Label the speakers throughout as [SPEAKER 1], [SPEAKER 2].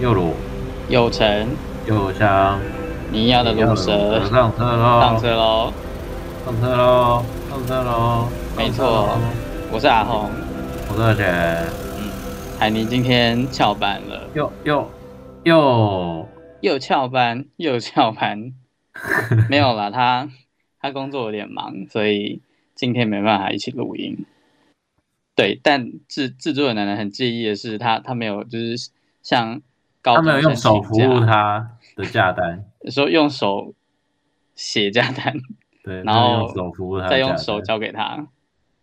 [SPEAKER 1] 右鲁、
[SPEAKER 2] 右城，
[SPEAKER 1] 右厢，
[SPEAKER 2] 你要的
[SPEAKER 1] 右
[SPEAKER 2] 卤蛇，
[SPEAKER 1] 上车喽！
[SPEAKER 2] 上车喽！
[SPEAKER 1] 上车喽！上车喽！
[SPEAKER 2] 没错我是阿红，
[SPEAKER 1] 我是姐，
[SPEAKER 2] 嗯，海尼今天翘班了，
[SPEAKER 1] 右右右，
[SPEAKER 2] 又翘班又翘班， 没有啦，他他工作有点忙，所以今天没办法一起录音。对，但制制作人奶奶很介意的是，他他没有就是像高
[SPEAKER 1] 他
[SPEAKER 2] 中
[SPEAKER 1] 没有用手服
[SPEAKER 2] 生请
[SPEAKER 1] 务
[SPEAKER 2] 假，
[SPEAKER 1] 他的价单，
[SPEAKER 2] 说用手写假单，
[SPEAKER 1] 对，
[SPEAKER 2] 然后
[SPEAKER 1] 没有用手服务他的
[SPEAKER 2] 再
[SPEAKER 1] 价单，
[SPEAKER 2] 用手交给他，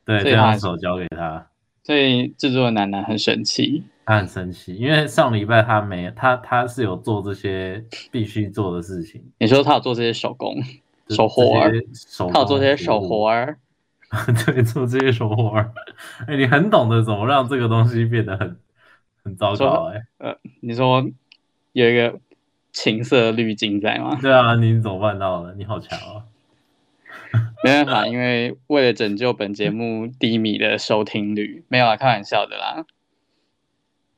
[SPEAKER 1] 对，
[SPEAKER 2] 所
[SPEAKER 1] 再
[SPEAKER 2] 以他
[SPEAKER 1] 用手交给他，
[SPEAKER 2] 所以制作人奶奶很生气。
[SPEAKER 1] 他很生气，因为上礼拜他没他他是有做这些必须做的事情，
[SPEAKER 2] 你说他有做这些手工，
[SPEAKER 1] 就
[SPEAKER 2] 手活儿
[SPEAKER 1] 这些手工
[SPEAKER 2] 他有做这些手
[SPEAKER 1] 服务
[SPEAKER 2] 活儿，
[SPEAKER 1] 对，做这些手活儿，哎、你很懂得怎么让这个东西变得很很糟糕、哎，
[SPEAKER 2] 你说有一个情色滤镜在吗？
[SPEAKER 1] 对啊，你怎么办到的？你好强啊！
[SPEAKER 2] 没办法，因为为了拯救本节目低迷的收听率，没有啊，开玩笑的啦。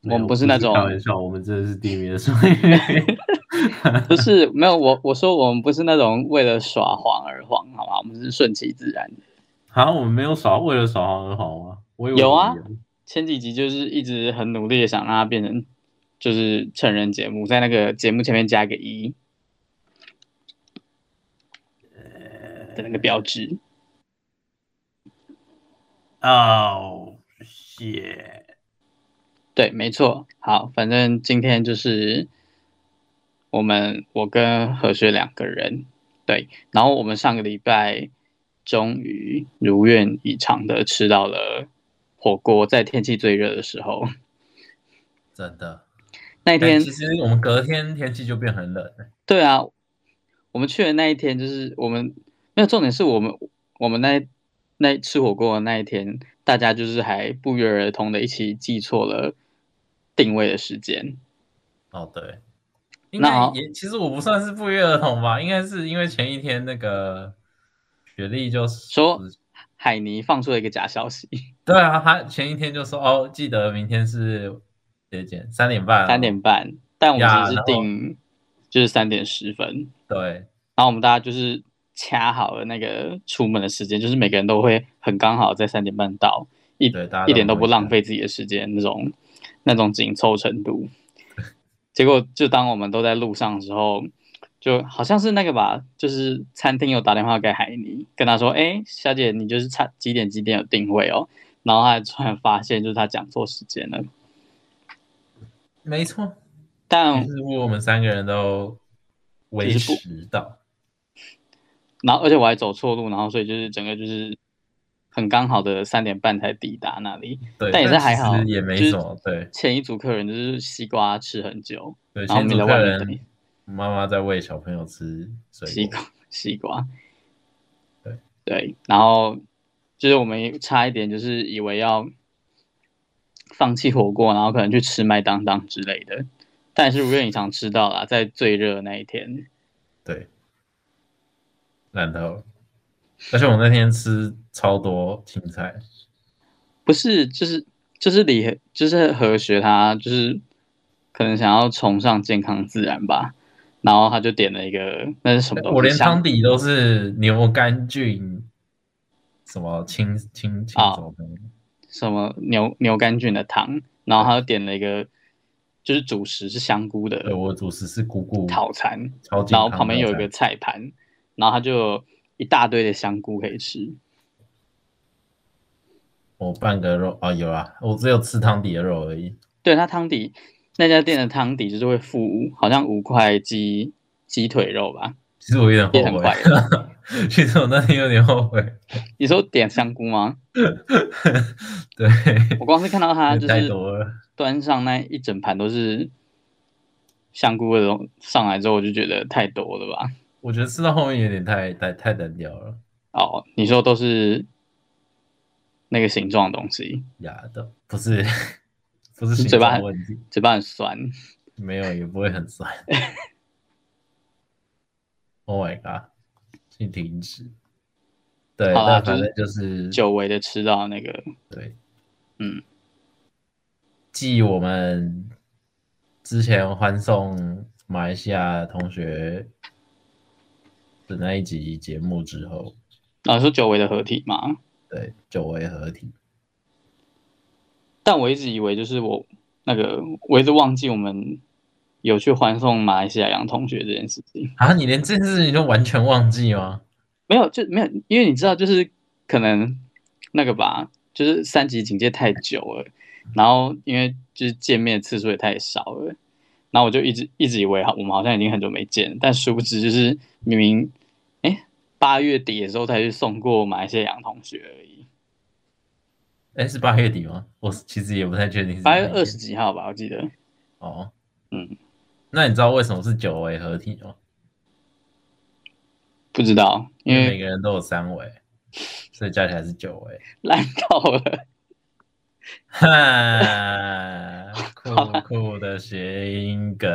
[SPEAKER 2] 我们不是那种
[SPEAKER 1] 没有我不是开玩笑，我们真的是低迷的声
[SPEAKER 2] 不是没有我我说我们不是那种为了耍黄而黄，好吧？我们是顺其自然的。
[SPEAKER 1] 好像我们没有耍，为了耍黄而黄吗？我以为
[SPEAKER 2] 有
[SPEAKER 1] 我
[SPEAKER 2] 啊
[SPEAKER 1] 们
[SPEAKER 2] 前几集就是一直很努力的想让它变成就是成人节目，在那个节目前面加个一
[SPEAKER 1] 呃
[SPEAKER 2] 的那个标志。
[SPEAKER 1] 有。哦，谢。
[SPEAKER 2] 对，没错。好，反正今天就是我们我跟何雪两个人，对。然后我们上个礼拜终于如愿以偿的吃到了火锅，在天气最热的时候，
[SPEAKER 3] 真的。
[SPEAKER 2] 那一
[SPEAKER 3] 哎
[SPEAKER 2] 天
[SPEAKER 3] 其实我们隔天天气就变很冷了，
[SPEAKER 2] 对啊，我们去的那一天就是我们没有重点是我们我们那那吃火锅的那一天，大家就是还不约而同的一起记错了定位的时间。
[SPEAKER 3] 哦，对，应
[SPEAKER 2] 那
[SPEAKER 3] 该
[SPEAKER 2] 好
[SPEAKER 3] 也其实我不算是不约而同吧，应该是因为前一天那个雪莉就
[SPEAKER 2] 说
[SPEAKER 3] 嗯
[SPEAKER 2] 海尼放出了一个假消息，
[SPEAKER 3] 对啊，她前一天就说哦，记得明天是几点？三点半、
[SPEAKER 2] 三。点半，但我们
[SPEAKER 3] 呀
[SPEAKER 2] 其实是
[SPEAKER 3] 然后
[SPEAKER 2] 定就是三点十分，
[SPEAKER 3] 对，
[SPEAKER 2] 然后我们大家就是掐好了那个出门的时间，就是每个人都会很刚好在三点半到，一
[SPEAKER 3] 对大家都
[SPEAKER 2] 一点都
[SPEAKER 3] 很
[SPEAKER 2] 不
[SPEAKER 3] 会
[SPEAKER 2] 浪
[SPEAKER 3] 掐
[SPEAKER 2] 费自己的时间，那种那种紧凑程度。 结果就当我们都在路上的时候，就好像是那个吧，就是餐厅有打电话给海尼，跟他说：“哎，小姐，你就是差几点几点有定位哦。”然后他突然发现，就是他讲错时间了。
[SPEAKER 3] 没错，
[SPEAKER 2] 但
[SPEAKER 3] 就是我们三个人都为
[SPEAKER 2] 嗯就是不
[SPEAKER 3] 时到。
[SPEAKER 2] 然后而且我还走错路，然后所以就是整个就是很刚好的三点半才抵达那里。
[SPEAKER 3] 对，
[SPEAKER 2] 但也是还好
[SPEAKER 3] 其实也没
[SPEAKER 2] 就是
[SPEAKER 3] 什么。对
[SPEAKER 2] 前一组客人就是西瓜吃很久，
[SPEAKER 3] 对，
[SPEAKER 2] 然后我
[SPEAKER 3] 前
[SPEAKER 2] 们
[SPEAKER 3] 组
[SPEAKER 2] 在
[SPEAKER 3] 客
[SPEAKER 2] 外面
[SPEAKER 3] 人
[SPEAKER 2] 等
[SPEAKER 3] 妈妈在喂小朋友吃水
[SPEAKER 2] 西
[SPEAKER 3] 果，
[SPEAKER 2] 瓜 西瓜，
[SPEAKER 3] 对
[SPEAKER 2] 对，然后就是我们也差一点就是以为要放弃火锅，然后可能去吃麦当当之类的，但是如愿以偿吃到了，在最热的那一天，
[SPEAKER 3] 对，烂透了。而且我那天吃超多青菜，
[SPEAKER 2] 不是就是就是李就是何学他就是可能想要崇尚健康自然吧。然后他就点了一个，那是什么东西？
[SPEAKER 3] 我连
[SPEAKER 2] 香
[SPEAKER 3] 汤底都是牛肝菌，什么青青青
[SPEAKER 2] 啊
[SPEAKER 3] 什么东西，
[SPEAKER 2] 什么牛牛肝菌的汤，然后他又点了一个就是主食是香菇
[SPEAKER 3] 对
[SPEAKER 2] 的
[SPEAKER 3] 我主食是姑姑
[SPEAKER 2] 套餐，
[SPEAKER 3] 超级，
[SPEAKER 2] 然后旁边有一个菜盘，然后他就有一大堆的香菇可以吃。
[SPEAKER 3] 我半个肉哦有啊，我只有吃汤底的肉而已，
[SPEAKER 2] 对，他汤底那家店的汤底就是会附好像五块鸡鸡腿肉吧？
[SPEAKER 3] 其实我有
[SPEAKER 2] 也
[SPEAKER 3] 点
[SPEAKER 2] 很
[SPEAKER 3] 后悔
[SPEAKER 2] 快，
[SPEAKER 3] 其实我那天有点后悔，
[SPEAKER 2] 你说点香菇吗？
[SPEAKER 3] 对，
[SPEAKER 2] 我光是看到
[SPEAKER 3] 有
[SPEAKER 2] 他啊就
[SPEAKER 3] 太
[SPEAKER 2] 是
[SPEAKER 3] 多了，
[SPEAKER 2] 端上那一整盘都是香菇的东上来之后，我就觉得太多了吧？
[SPEAKER 3] 我觉得吃到后面有点太太太单调了，
[SPEAKER 2] 哦，你说都是那个形状的东西。
[SPEAKER 3] 牙的不是不是
[SPEAKER 2] 是
[SPEAKER 3] 形
[SPEAKER 2] 嘴巴
[SPEAKER 3] 状
[SPEAKER 2] 很
[SPEAKER 3] 问题，
[SPEAKER 2] 嘴巴很酸。
[SPEAKER 3] 没有，也不会很酸。oh my god！请停止。对，
[SPEAKER 2] 好啦
[SPEAKER 3] 那反正就是
[SPEAKER 2] 久违的吃到那个，
[SPEAKER 3] 对，
[SPEAKER 2] 嗯，
[SPEAKER 3] 继我们之前欢送马来西亚同学的那一集节目之后，
[SPEAKER 2] 啊，说久违的合体嘛。
[SPEAKER 3] 对久违合体，
[SPEAKER 2] 但我一直以为就是我那个，我一直忘记我们有去欢送马来西亚杨同学这件事情。
[SPEAKER 3] 啊，你连这件事情都完全忘记吗？
[SPEAKER 2] 没有，就没有，因为你知道，就是可能那个吧，就是三级警戒太久了，然后因为就是见面次数也太少了，然后我就一直一直以为好，我们好像已经很久没见了，但殊不知就是明明，哎，八月底的时候才去送过马来西亚杨同学而已，
[SPEAKER 3] 哎，是八月底吗？我其实也不太确定是
[SPEAKER 2] 八月
[SPEAKER 3] 哪一
[SPEAKER 2] 二
[SPEAKER 3] 天
[SPEAKER 2] 十几号吧，我记得。
[SPEAKER 3] 哦，
[SPEAKER 2] 嗯，
[SPEAKER 3] 那你知道为什么是九维合体吗？
[SPEAKER 2] 不知道，因
[SPEAKER 3] 因为
[SPEAKER 2] 为
[SPEAKER 3] 每个人都有三维，所以加起来是九维。
[SPEAKER 2] 烂到了。
[SPEAKER 3] 哈，酷酷的谐音梗，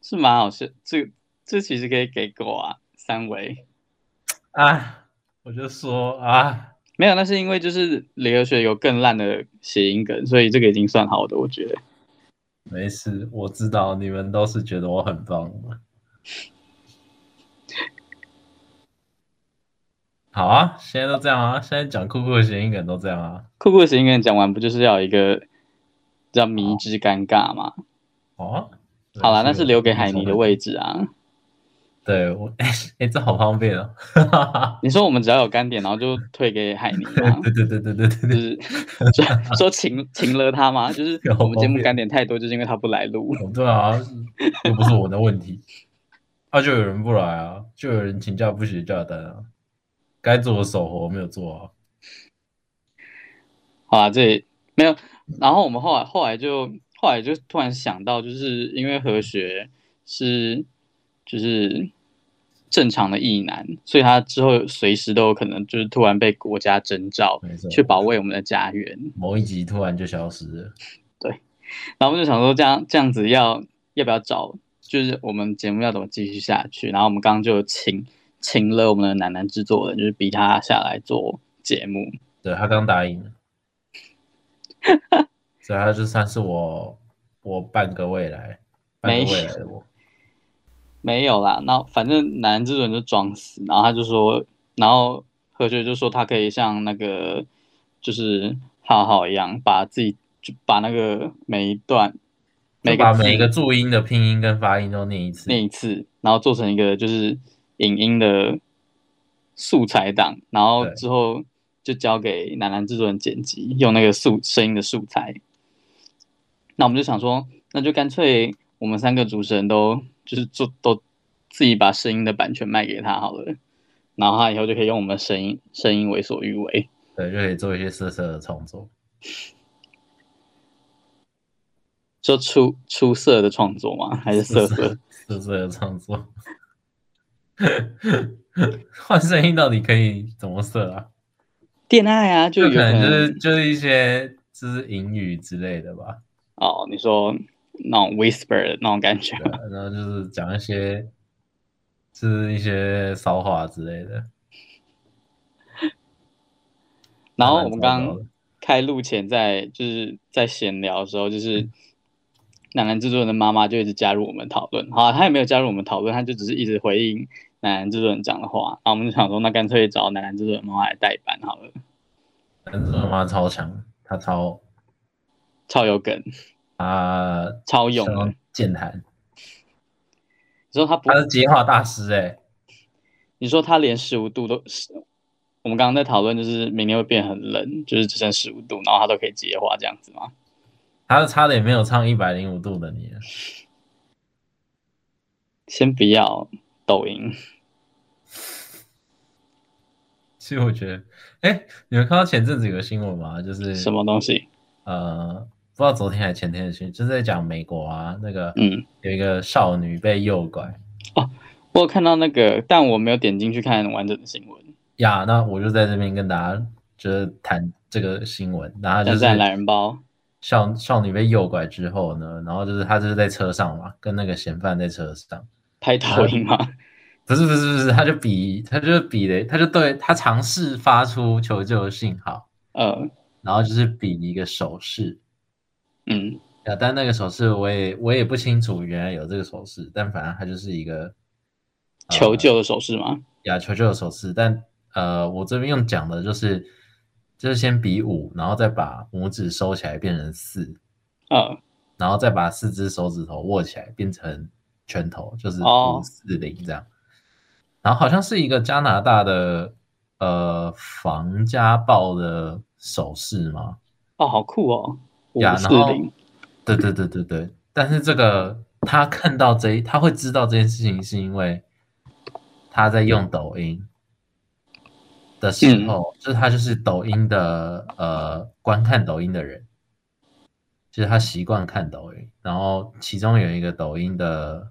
[SPEAKER 2] 是蛮好笑，这这其实可以给狗啊，三维
[SPEAKER 3] 啊！我就说啊，
[SPEAKER 2] 没有，那是因为就是李和学有更烂的谐音梗，所以这个已经算好的，我觉得。
[SPEAKER 3] 没事，我知道你们都是觉得我很棒嘛。好啊，现在都这样啊，现在讲酷酷的谐音梗都这样啊。
[SPEAKER 2] 酷酷的谐音梗讲完，不就是要有一个叫迷之尴尬吗？
[SPEAKER 3] 哦，
[SPEAKER 2] 好啦，那是留给海
[SPEAKER 3] 尼
[SPEAKER 2] 尼的。位置啊。
[SPEAKER 3] 对我， 哎、哎，这好方便哦。
[SPEAKER 2] 你说我们只要有干点，然后就退给海尼吗？
[SPEAKER 3] 对对对对对对
[SPEAKER 2] 就
[SPEAKER 3] 对，
[SPEAKER 2] 是 说说请请了他吗？就是我们节目干点太多，就是因为他不来录。
[SPEAKER 3] 哦对啊，又不是我的问 题，啊，就有人不来啊，就有人请假不写假单啊，该做的手活没有做啊，
[SPEAKER 2] 好啊，这也没有。然后我们后来后来就后来就突然想到，就是因为何学是就是正常的异男，所以他之后随时都有可能就是突然被国家征召
[SPEAKER 3] 没错，
[SPEAKER 2] 去保卫我们的家园。
[SPEAKER 3] 某一集突然就消失了，
[SPEAKER 2] 然后我们就想说，这样这样子要要不要找？就是我们节目要怎么继续下去？然后我们刚刚就请请了我们的男男制作人，就是逼他下来做节目。
[SPEAKER 3] 对他刚答应了，所以他就算是我我半个未来，半个未来的我，
[SPEAKER 2] 没有啦，那反正男之轮就装死，然后他就说，然后何学就说他可以像那个就是浩浩一样，把自己就把那个每一段每
[SPEAKER 3] 就把
[SPEAKER 2] 字
[SPEAKER 3] 每个注音的拼音跟发音都念一次，
[SPEAKER 2] 念一次，然后做成一个就是影音的素材档，然后
[SPEAKER 3] 对
[SPEAKER 2] 之后就交给楠楠制作人剪辑，用那个素声音的素材。那我们就想说，那就干脆我们三个主持人都就是做都自己把声音的版权卖给他好了，然后他以后就可以用我们的声音声音为所欲为。
[SPEAKER 3] 对，就可以做一些色色的创作，
[SPEAKER 2] 就出出色的创作吗？还是色 色？
[SPEAKER 3] 色色的创作。换声音到底可以怎么色啊？
[SPEAKER 2] 恋爱啊，就
[SPEAKER 3] 就
[SPEAKER 2] 有
[SPEAKER 3] 可能就是就是一些就是引语之类的吧，
[SPEAKER 2] 哦，你说那种 whisper 的那种感觉
[SPEAKER 3] 对啊、然后就是讲一些就是一些骚话之类的。
[SPEAKER 2] 然后
[SPEAKER 3] 还
[SPEAKER 2] 我
[SPEAKER 3] 蛮
[SPEAKER 2] 们
[SPEAKER 3] 糟
[SPEAKER 2] 刚
[SPEAKER 3] 糕的
[SPEAKER 2] 刚开录前在就是在闲聊的时候，就是
[SPEAKER 3] 嗯
[SPEAKER 2] 奶奶制作人的妈妈就一直加入我们讨论。好、啊，她也没有加入我们讨论，她就只是一直回应奶奶制作人讲的话。然后我们就想说，那干脆找奶奶制作人妈妈来代班好了，
[SPEAKER 3] 但是妈妈超强，她超
[SPEAKER 2] 超有梗，
[SPEAKER 3] 她
[SPEAKER 2] 超勇啊的。
[SPEAKER 3] 像健谈，
[SPEAKER 2] 你说她不
[SPEAKER 3] 她，是接话大师哎、
[SPEAKER 2] 你说她连十五度都，我们刚刚在讨论，就是明天会变很冷，就是只剩十五度，然后她都可以接话这样子吗？
[SPEAKER 3] 她差点没有唱一百零五度的你啊了。
[SPEAKER 2] 先不要抖音，
[SPEAKER 3] 其实我觉得，哎、你们看到前阵子有个新闻吗？就是
[SPEAKER 2] 什么东西？
[SPEAKER 3] 呃，不知道昨天还是前天的新闻，就是在讲美国啊，那个
[SPEAKER 2] 嗯。
[SPEAKER 3] 有一个少女被诱拐，
[SPEAKER 2] 我有看到那个，但我没有点进去看完整的新闻。
[SPEAKER 3] 呀那我就在这边跟大家就是谈这个新闻，然后就
[SPEAKER 2] 但
[SPEAKER 3] 是
[SPEAKER 2] 是懒人包，
[SPEAKER 3] 少少女被诱拐之后呢，然后就是她就是在车上嘛，跟那个嫌犯在车上，
[SPEAKER 2] 拍抖音吗？
[SPEAKER 3] 不是不是不是，她就比她就比了，她就对她尝试发出求救信号，
[SPEAKER 2] 呃，
[SPEAKER 3] 然后就是比一个手势，
[SPEAKER 2] 嗯，
[SPEAKER 3] 呀，但那个手势我也我也不清楚原来有这个手势，但反正它就是一个呃
[SPEAKER 2] 求救的手势吗？
[SPEAKER 3] 呀求救的手势。但呃，我这边用讲的就是就是先比五，然后再把拇指收起来变成四，
[SPEAKER 2] 呃，
[SPEAKER 3] 然后再把四只手指头握起来变成拳头，就是
[SPEAKER 2] 哦
[SPEAKER 3] 五四零这样。然后好像是一个加拿大的呃防家暴的手势吗？
[SPEAKER 2] 哦，好酷哦，五
[SPEAKER 3] 呀
[SPEAKER 2] 四
[SPEAKER 3] 然后
[SPEAKER 2] 零，
[SPEAKER 3] 对对对对对，但是这个他看到这一，他会知道这件事情，是因为他在
[SPEAKER 2] 嗯
[SPEAKER 3] 用抖音的时候，就是他就是抖音的呃观看抖音的人，就是他习惯看抖音，然后其中有一个抖音的，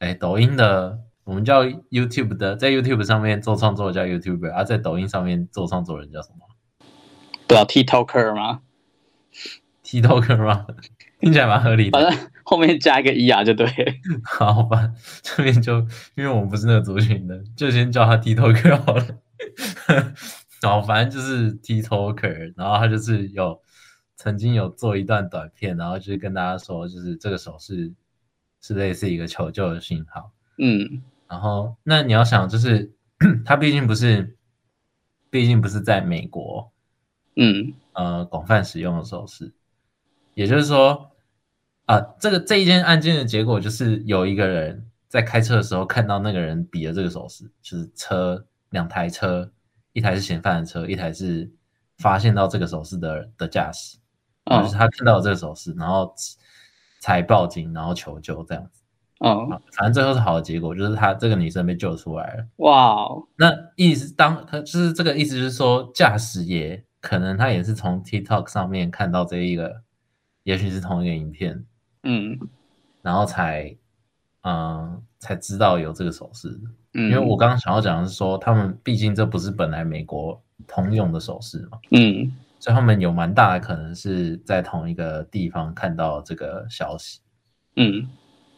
[SPEAKER 3] 哎，抖音的我们叫 YouTube 的，在 YouTube 上面做创作的叫 YouTuber，而、啊、在抖音上面做创作的人叫什么
[SPEAKER 2] 对啊，TikToker 吗？
[SPEAKER 3] 嗯？TikToker 吗？听起来蛮合理的
[SPEAKER 2] 反。正后面加一个一啊就对 了。
[SPEAKER 3] 好吧，这边就因为我们不是那个族群的，就先叫他 TikToker 好了。 然后反正就是 TikToker，然后他就是有曾经有做一段短片，然后就是跟大家说，就是这个手势是类似一个求救的信号。
[SPEAKER 2] 嗯，
[SPEAKER 3] 然后那你要想，就是 他毕竟不是，毕竟不是在美国，
[SPEAKER 2] 嗯，
[SPEAKER 3] 呃广泛使用的手势。也就是说，啊、这个这一件案件的结果就是有一个人在开车的时候看到那个人比了这个手势，就是车两台车，一台是嫌犯的车，一台是发现到这个手势的的驾驶，然后就是
[SPEAKER 2] 哦，
[SPEAKER 3] 他看到了这个手势，然后才报警，然后求救这样子。
[SPEAKER 2] 哦，
[SPEAKER 3] 啊反正最后是好的结果，就是他这个女生被救出来了。
[SPEAKER 2] 哇哦，
[SPEAKER 3] 那意思当他就是这个意思，就是说驾驶也可能他也是从 TikTok 上面看到这一个，也许是同一个影片，
[SPEAKER 2] 嗯
[SPEAKER 3] 然后才嗯才知道有这个手势。
[SPEAKER 2] 嗯，
[SPEAKER 3] 因为我刚刚想要讲的是说，他们毕竟这不是本来美国通用的手势嘛，
[SPEAKER 2] 嗯
[SPEAKER 3] 所以他们有蛮大的可能是在同一个地方看到这个消息
[SPEAKER 2] 嗯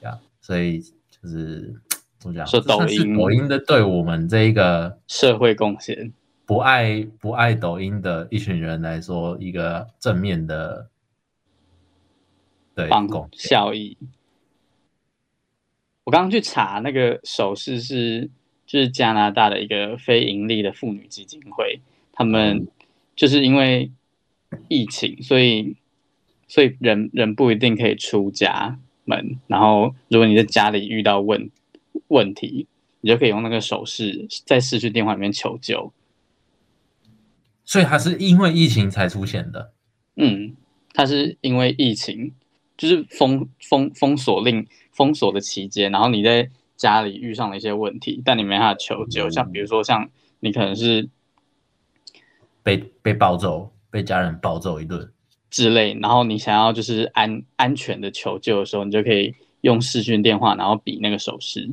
[SPEAKER 3] 呀，所以就是怎么讲，
[SPEAKER 2] 说
[SPEAKER 3] 这算
[SPEAKER 2] 抖
[SPEAKER 3] 是
[SPEAKER 2] 音
[SPEAKER 3] 抖音的对我们这一个。
[SPEAKER 2] 社会贡献，
[SPEAKER 3] 不爱不爱抖音的一群人来说，一个正面的对
[SPEAKER 2] 帮
[SPEAKER 3] 贡献
[SPEAKER 2] 效益。我刚刚去查那个手势是，就是加拿大的一个非盈利的妇女基金会，他
[SPEAKER 3] 嗯
[SPEAKER 2] 们就是因为疫情，所以所以人人不一定可以出家门，然后如果你在家里遇到问问题，你就可以用那个手势在市区电话里面求救。
[SPEAKER 3] 所以它是因为疫情才出现的。
[SPEAKER 2] 嗯，它是因为疫情，就是封封封锁令封锁的期间，然后你在家里遇上了一些问题，但你没办法求救，像比如说像你可能是
[SPEAKER 3] 被被暴揍，被家人暴揍一顿，
[SPEAKER 2] 之类，然后你想要就是安安全的求救的时候，你就可以用视讯电话，然后比那个手势，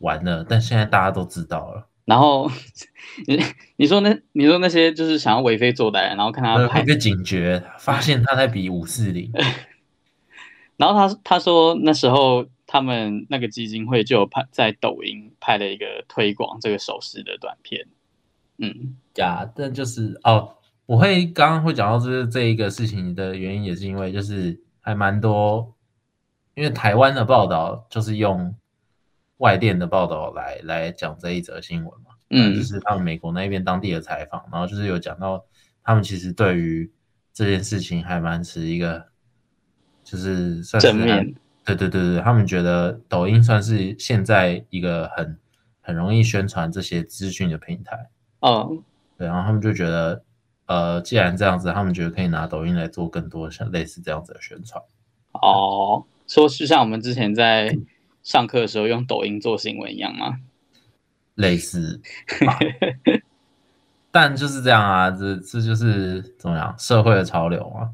[SPEAKER 3] 完了。但现在大家都知道了，
[SPEAKER 2] 然后 你你说那你说那些就是想要为非作歹的人，然后看他
[SPEAKER 3] 呃
[SPEAKER 2] 拍
[SPEAKER 3] 会被警觉，发现他在比五四零，
[SPEAKER 2] 然后他他说那时候他们那个基金会就有拍在抖音拍了一个推广这个手势的短片，嗯
[SPEAKER 3] 呀，但就是哦，我会刚刚会讲到就是这一个事情的原因，也是因为就是还蛮多，因为台湾的报道就是用外电的报道来来讲这一则新闻嘛，就
[SPEAKER 2] 嗯
[SPEAKER 3] 是他们美国那边当地的采访，然后就是有讲到他们其实对于这件事情还蛮持一个就是算是
[SPEAKER 2] 正
[SPEAKER 3] 还
[SPEAKER 2] 面，
[SPEAKER 3] 对对对对，他们觉得抖音算是现在一个很很容易宣传这些资讯的平台。
[SPEAKER 2] 哦
[SPEAKER 3] 对，然后他们就觉得，呃，既然这样子，他们觉得可以拿抖音来做更多像类似这样子的宣传。
[SPEAKER 2] 哦，说是像我们之前在上课的时候用抖音做新闻一样吗？
[SPEAKER 3] 类 似，吧但就是这样啊，这这就是怎么样社会的潮流啊，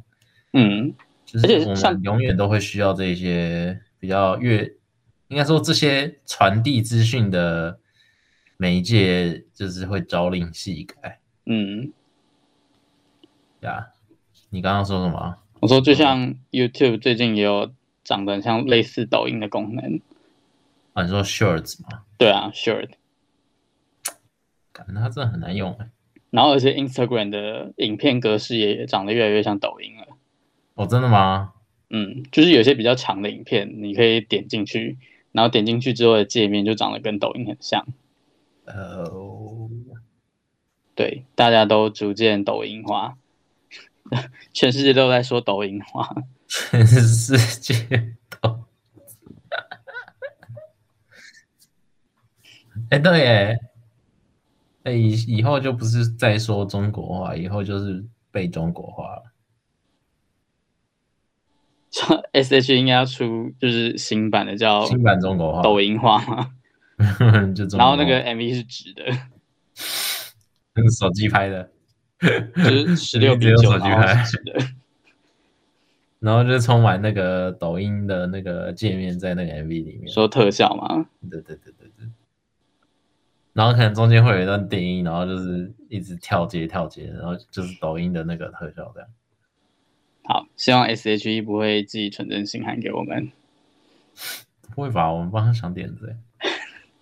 [SPEAKER 2] 嗯
[SPEAKER 3] 就
[SPEAKER 2] 而且
[SPEAKER 3] 是我
[SPEAKER 2] 像
[SPEAKER 3] 们永远都会需要这些比较越，应该说这些传递资讯的媒介，就是会朝令夕改
[SPEAKER 2] 嗯，
[SPEAKER 3] 呀。你刚刚说什么？啊
[SPEAKER 2] 我说就像 YouTube 最近也有长得很像类似抖音的功能，
[SPEAKER 3] 啊，你说 Shorts 吗？
[SPEAKER 2] 对啊，Short，
[SPEAKER 3] 感觉它真的很难用、欸。
[SPEAKER 2] 然后而且 Instagram 的影片格式也长得越来越像抖音了，
[SPEAKER 3] 哦，真的吗？
[SPEAKER 2] 嗯，就是有些比较长的影片，你可以点进去，然后点进去之后的界面就长得跟抖音很像。
[SPEAKER 3] 呃，
[SPEAKER 2] 对，大家都逐渐抖音化， 全世界都在说抖音化。
[SPEAKER 3] 全世界都。 哎、对耶，哎、以以后就不是再说中国话，以后就是被中国化了。
[SPEAKER 2] 像 S H 应该要出就是新版的叫
[SPEAKER 3] 新版中国话，
[SPEAKER 2] 哦抖音化嘛，
[SPEAKER 3] 就中国
[SPEAKER 2] 然后那
[SPEAKER 3] 话
[SPEAKER 2] 个 MV 是直的，
[SPEAKER 3] 那个手机拍的，
[SPEAKER 2] 就是 十六比
[SPEAKER 3] 直接用
[SPEAKER 2] 九，
[SPEAKER 3] 手机
[SPEAKER 2] 然后
[SPEAKER 3] 拍
[SPEAKER 2] 是直的。
[SPEAKER 3] 然后就充满那个抖音的那个界面在那个 MV 里面。
[SPEAKER 2] 说特效嘛，
[SPEAKER 3] 对对对对对。然后可能中间会有一段电音，然后就是一直跳接跳接，然后就是抖音的那个特效这样。
[SPEAKER 2] 好，希望 S H E 不会寄纯真信函给我们。
[SPEAKER 3] 不会吧？我们帮他想点子耶，欸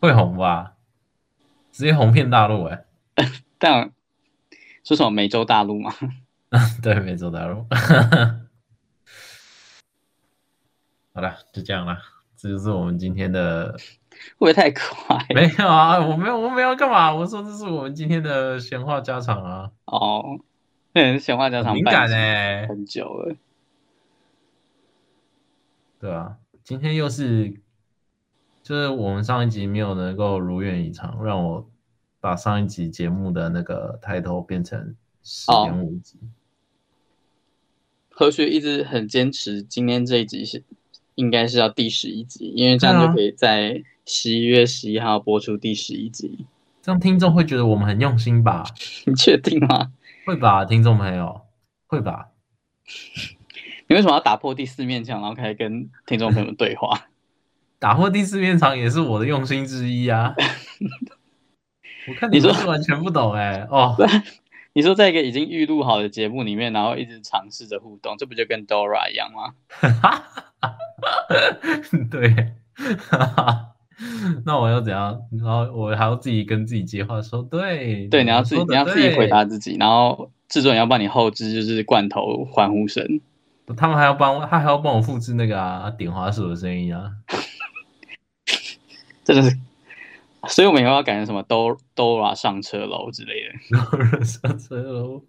[SPEAKER 3] 会红吧？直接红遍大陆哎、
[SPEAKER 2] 但说什么美洲大陆 嘛，
[SPEAKER 3] 对，美洲大陆。 好了，就这样啦，这就是我们今天 的。
[SPEAKER 2] 会不会太快？
[SPEAKER 3] 没有啊，我没有，我没有干嘛？我说这是我们今天的闲话家常啊，
[SPEAKER 2] 哦，那人闲话家
[SPEAKER 3] 很
[SPEAKER 2] 常
[SPEAKER 3] 敏感
[SPEAKER 2] 办
[SPEAKER 3] 哎、
[SPEAKER 2] 很久了，
[SPEAKER 3] 对啊，今天又是，就是我们上一集没有能够如愿以偿，让我把上一集节目的那个抬头变成十点五集。
[SPEAKER 2] 何雪一直很坚持，今天这一集是应该是要第十一集，因为这样
[SPEAKER 3] 对啊
[SPEAKER 2] 就可以在十一月十一号播出第十一集。
[SPEAKER 3] 这样听众会觉得我们很用心吧？
[SPEAKER 2] 你确定吗？
[SPEAKER 3] 会吧，听众朋友，会吧？
[SPEAKER 2] 你为什么要打破第四面墙，然后开始跟听众朋友们对话？
[SPEAKER 3] 打破第四面墙也是我的用心之一 啊。我看
[SPEAKER 2] 你说
[SPEAKER 3] 们是完全不懂哎、哦，
[SPEAKER 2] 你说在一个已经预录好的节目里面，然后一直尝试着互动，这不就跟 Dora 一样吗？
[SPEAKER 3] 对， 那我要怎样？然后我还要自己跟自己接话说，对，
[SPEAKER 2] 对，你要自己
[SPEAKER 3] 说得
[SPEAKER 2] 你要自己
[SPEAKER 3] 对
[SPEAKER 2] 回答自己，然后制作人要帮你后置，就是罐头欢呼声。
[SPEAKER 3] 他们还要帮我，他还要帮我复制那个啊点滑鼠的声 音啊。
[SPEAKER 2] 真的是， 所以我们以后要改成什么 “do Dora 上车喽”之类的。
[SPEAKER 3] 然后人上车喽。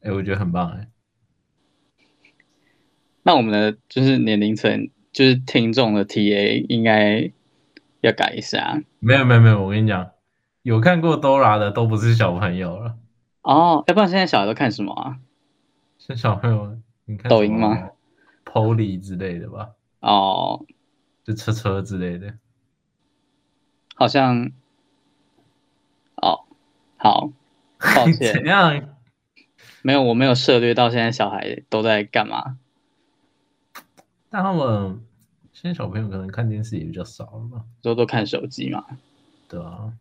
[SPEAKER 3] 哎、我觉得很棒哎、
[SPEAKER 2] 那我们的就是年龄层，就是听众的 TA 应该要改一下
[SPEAKER 3] 没有没有没有，我跟你讲，有看过 Dora 的都不是小朋友了，
[SPEAKER 2] 哦。要不然现在小孩都看什么啊？
[SPEAKER 3] 是小朋友你看
[SPEAKER 2] 抖音吗
[SPEAKER 3] p o l y 之类的吧，
[SPEAKER 2] 哦，
[SPEAKER 3] 就车车之类的。
[SPEAKER 2] 好像，哦，好，抱
[SPEAKER 3] 怎
[SPEAKER 2] 歉，
[SPEAKER 3] 样？
[SPEAKER 2] 没有，我没有涉略到现在小孩都在干嘛。
[SPEAKER 3] 但他们现在小朋友可能看电视也比较少了吧？
[SPEAKER 2] 都都看手机嘛？
[SPEAKER 3] 对啊，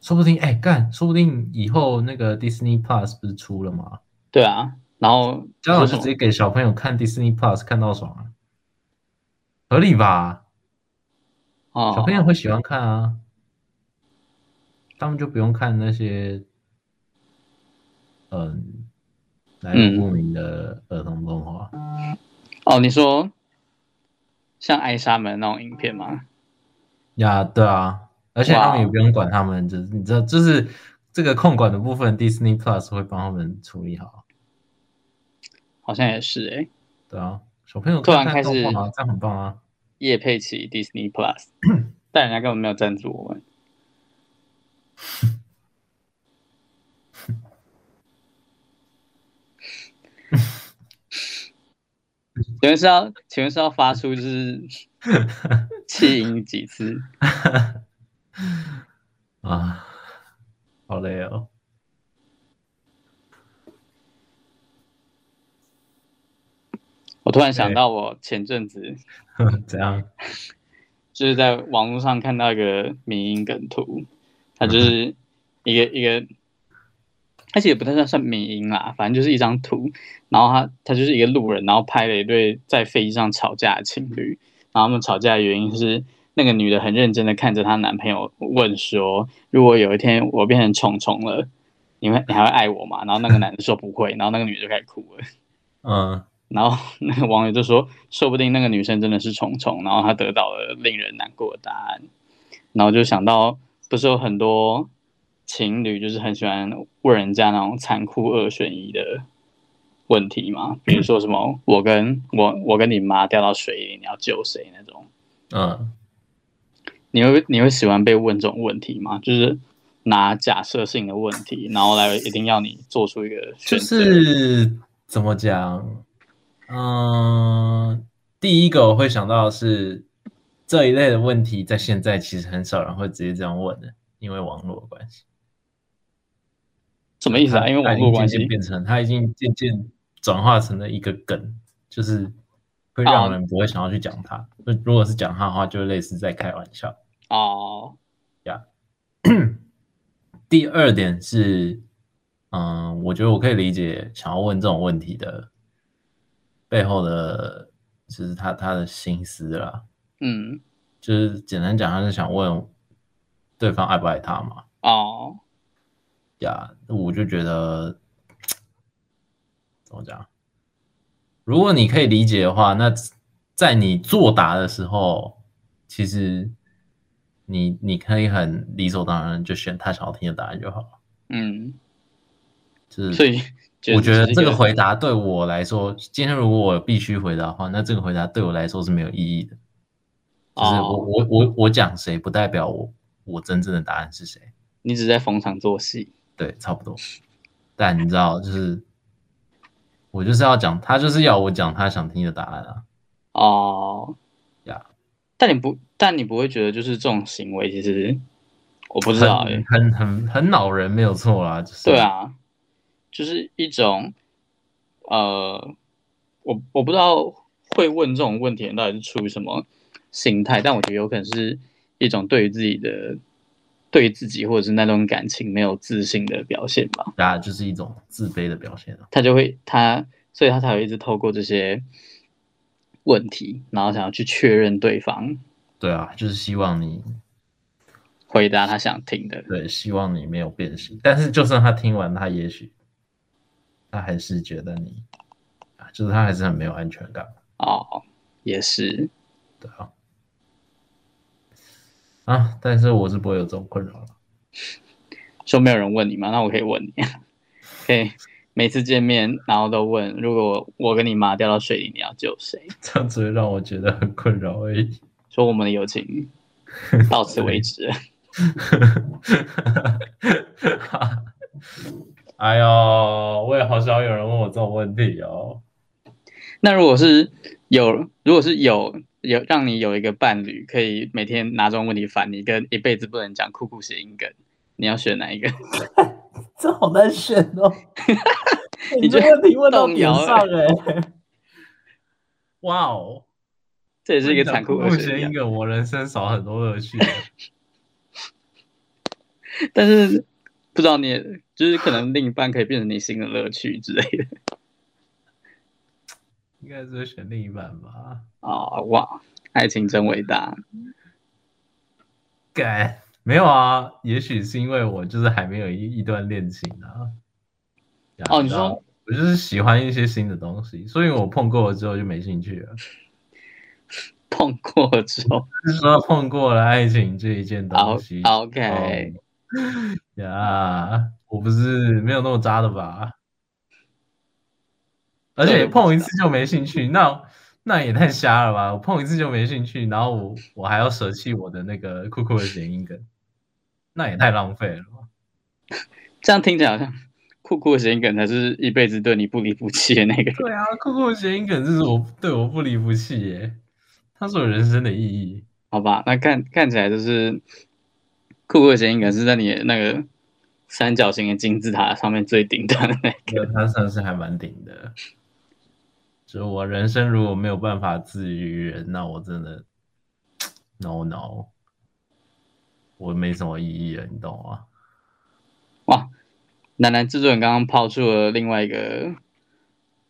[SPEAKER 3] 说不定哎干、说不定以后那个 Disney Plus 不是出了吗？
[SPEAKER 2] 对啊，然后
[SPEAKER 3] 家长就
[SPEAKER 2] 说什
[SPEAKER 3] 直
[SPEAKER 2] 么
[SPEAKER 3] 接给小朋友看 Disney Plus 看到爽啊，合理吧？小
[SPEAKER 2] 哦
[SPEAKER 3] 朋，友会喜欢看啊，他们就不用看那些嗯来路不明的儿童动画。
[SPEAKER 2] 哦，你说像爱莎门那种影片吗？
[SPEAKER 3] 呀、对啊，而且他
[SPEAKER 2] 哇
[SPEAKER 3] 们也不用管他们，就是你知道，就是这个控管的部分，Disney Plus 会帮他们处理好。
[SPEAKER 2] 好像也是哎、欸，
[SPEAKER 3] 对啊，小朋友
[SPEAKER 2] 突然
[SPEAKER 3] 看
[SPEAKER 2] 开
[SPEAKER 3] 看动
[SPEAKER 2] 始
[SPEAKER 3] 画啊，这样很棒啊。
[SPEAKER 2] 叶佩奇 Disney Plus，但人家根本没有赞助我们。请问是要，请问是要发出就是气音几次？
[SPEAKER 3] 啊，好累哦。
[SPEAKER 2] 我突然想到，我前阵子
[SPEAKER 3] 怎样？
[SPEAKER 2] 就是在网络上看到一个迷因梗图，它就是一个一个，而且也不太算算迷因啦，反正就是一张图，然后他他就是一个路人，然后拍了一对在飞机上吵架的情侣，然后他们吵架的原因是那个女的很认真的看着她男朋友问说，如果有一天我变成虫虫了，你会你还会爱我吗？”然后那个男的说不会，然后那个女的就开始哭了。
[SPEAKER 3] 嗯，
[SPEAKER 2] 然后 那个网友就说，说不定那个女生真的是虫虫，然后她得到了令人难过的答案，然后就想到，不是有很多情侣就是很喜欢问人家那种残酷二选一的问题嘛，比如说什么我跟我我跟你妈掉到水里，你要救谁那种，
[SPEAKER 3] 嗯，
[SPEAKER 2] 你会你会喜欢被问这种问题吗？就是拿假设性的问题，然后来一定要你做出一个选
[SPEAKER 3] 就
[SPEAKER 2] 择，
[SPEAKER 3] 是怎么讲？嗯，第一个我会想到的是这一类的问题，在现在其实很少人会直接这样问的，因为网络的关系。
[SPEAKER 2] 什么意思啊？
[SPEAKER 3] 它
[SPEAKER 2] 因为
[SPEAKER 3] 它
[SPEAKER 2] 网
[SPEAKER 3] 已
[SPEAKER 2] 络
[SPEAKER 3] 经
[SPEAKER 2] 关
[SPEAKER 3] 渐渐
[SPEAKER 2] 系，
[SPEAKER 3] 变成，它已经渐渐转化成了一个梗，就是会
[SPEAKER 2] 哦
[SPEAKER 3] 让人不会想要去讲它。那如果是讲它的话，就类似在开玩笑。
[SPEAKER 2] 哦，
[SPEAKER 3] 第二点是，嗯，我觉得我可以理解想要问这种问题的背后的，就是他他的心思啦。
[SPEAKER 2] 嗯，
[SPEAKER 3] 就是简单讲，他是想问对方爱不爱他嘛？
[SPEAKER 2] 哦。
[SPEAKER 3] 呀，我就觉得怎么讲？如果你可以理解的话，那在你作答的时候，其实你你可以很理所当然地就选他想要听的答案就好了。
[SPEAKER 2] 嗯，
[SPEAKER 3] 就是
[SPEAKER 2] 所以
[SPEAKER 3] 嗯我觉得
[SPEAKER 2] 是一
[SPEAKER 3] 这个回答对我来说，今天如果我必须回答的话，那这个回答对我来说是没有意义的。就是我、
[SPEAKER 2] 哦，
[SPEAKER 3] 我我我讲谁，不代表我我真正的答案是谁。
[SPEAKER 2] 你只是在逢场作戏。
[SPEAKER 3] 对，差不多。但你知道，就是我就是要讲，他就是要我讲他想听的答案啊。
[SPEAKER 2] 哦，
[SPEAKER 3] 呀
[SPEAKER 2] 但你不，但你不会觉得就是这种行为，其实我不知道
[SPEAKER 3] 很
[SPEAKER 2] 耶。
[SPEAKER 3] 很很很恼人，没有错啦。就是
[SPEAKER 2] 对，啊，就是一种呃，我我不知道会问这种问题的人到底是出于什么心态，但我觉得有可能是一种对于自己的。对于自己或者是那种感情没有自信的表现吧，
[SPEAKER 3] 大家就是一种自卑的表现啊。
[SPEAKER 2] 他就会他，所以他才会一直透过这些问题，然后想要去确认对方
[SPEAKER 3] 对啊，就是希望你
[SPEAKER 2] 回答他想听的。
[SPEAKER 3] 对，希望你没有变心。但是就算他听完，他也许他还是觉得你啊，就是他还是很没有安全感。
[SPEAKER 2] 哦，也是，
[SPEAKER 3] 对啊，啊，但是我是不会有这种困扰了。
[SPEAKER 2] 说没有人问你吗？那我可以问你，可以每次见面然后都问，如果我跟你妈掉到水里，你要救谁？
[SPEAKER 3] 这样只会让我觉得很困扰而已。
[SPEAKER 2] 说我们的友情到此为止。
[SPEAKER 3] 哎呦，我也好想有人问我这种问题哦。
[SPEAKER 2] 那如果是有，如果是有有让你有一个伴侣，可以每天拿这种问题烦你，跟一辈子不能讲酷酷谐音梗，你要选哪一个？
[SPEAKER 3] 这好难选 哦。
[SPEAKER 2] 你这
[SPEAKER 3] 问题问
[SPEAKER 2] 到点上
[SPEAKER 3] 哎、哇哦，
[SPEAKER 2] 这也是一个残酷
[SPEAKER 3] 我
[SPEAKER 2] 二
[SPEAKER 3] 谐
[SPEAKER 2] 选
[SPEAKER 3] 音
[SPEAKER 2] 一啊。
[SPEAKER 3] 梗，我人生少很多乐趣。
[SPEAKER 2] 但是不知道你也，就是可能另一半可以变成你新的乐趣之类的
[SPEAKER 3] 应该是会选另一半吧？
[SPEAKER 2] 啊、哇，爱情真伟大。
[SPEAKER 3] 改没有啊？也许是因为我就是还没有一一段恋情啊。呀
[SPEAKER 2] 哦你
[SPEAKER 3] 知道
[SPEAKER 2] 说
[SPEAKER 3] 我就是喜欢一些新的东西，所以我碰过了之后就没兴趣了。
[SPEAKER 2] 碰过了之后
[SPEAKER 3] 就是说碰过了爱情这一件
[SPEAKER 2] 好
[SPEAKER 3] 东西。
[SPEAKER 2] ，OK，
[SPEAKER 3] 哦呀，我不是没有那么渣的吧？而且碰一次就没兴趣，那那也太瞎了吧！我碰一次就没兴趣，然后我我还要舍弃我的那个酷酷的谐音梗，那也太浪费了吧！
[SPEAKER 2] 这样听起来好像酷酷的谐音梗才是一辈子对你不离不弃的那个。
[SPEAKER 3] 对啊，酷酷的谐音梗这是我对我不离不弃耶，它是我人生的意义。
[SPEAKER 2] 好吧，那看看起来就是酷酷的谐音梗是在你的那个三角形的金字塔上面最顶端的那个。
[SPEAKER 3] 觉得他算是还蛮顶的。就我人生如果没有办法自娱于人，那我真的 no no，我没什么意义了，你懂吗？
[SPEAKER 2] 哇，楠楠制作人刚刚抛出了另外一个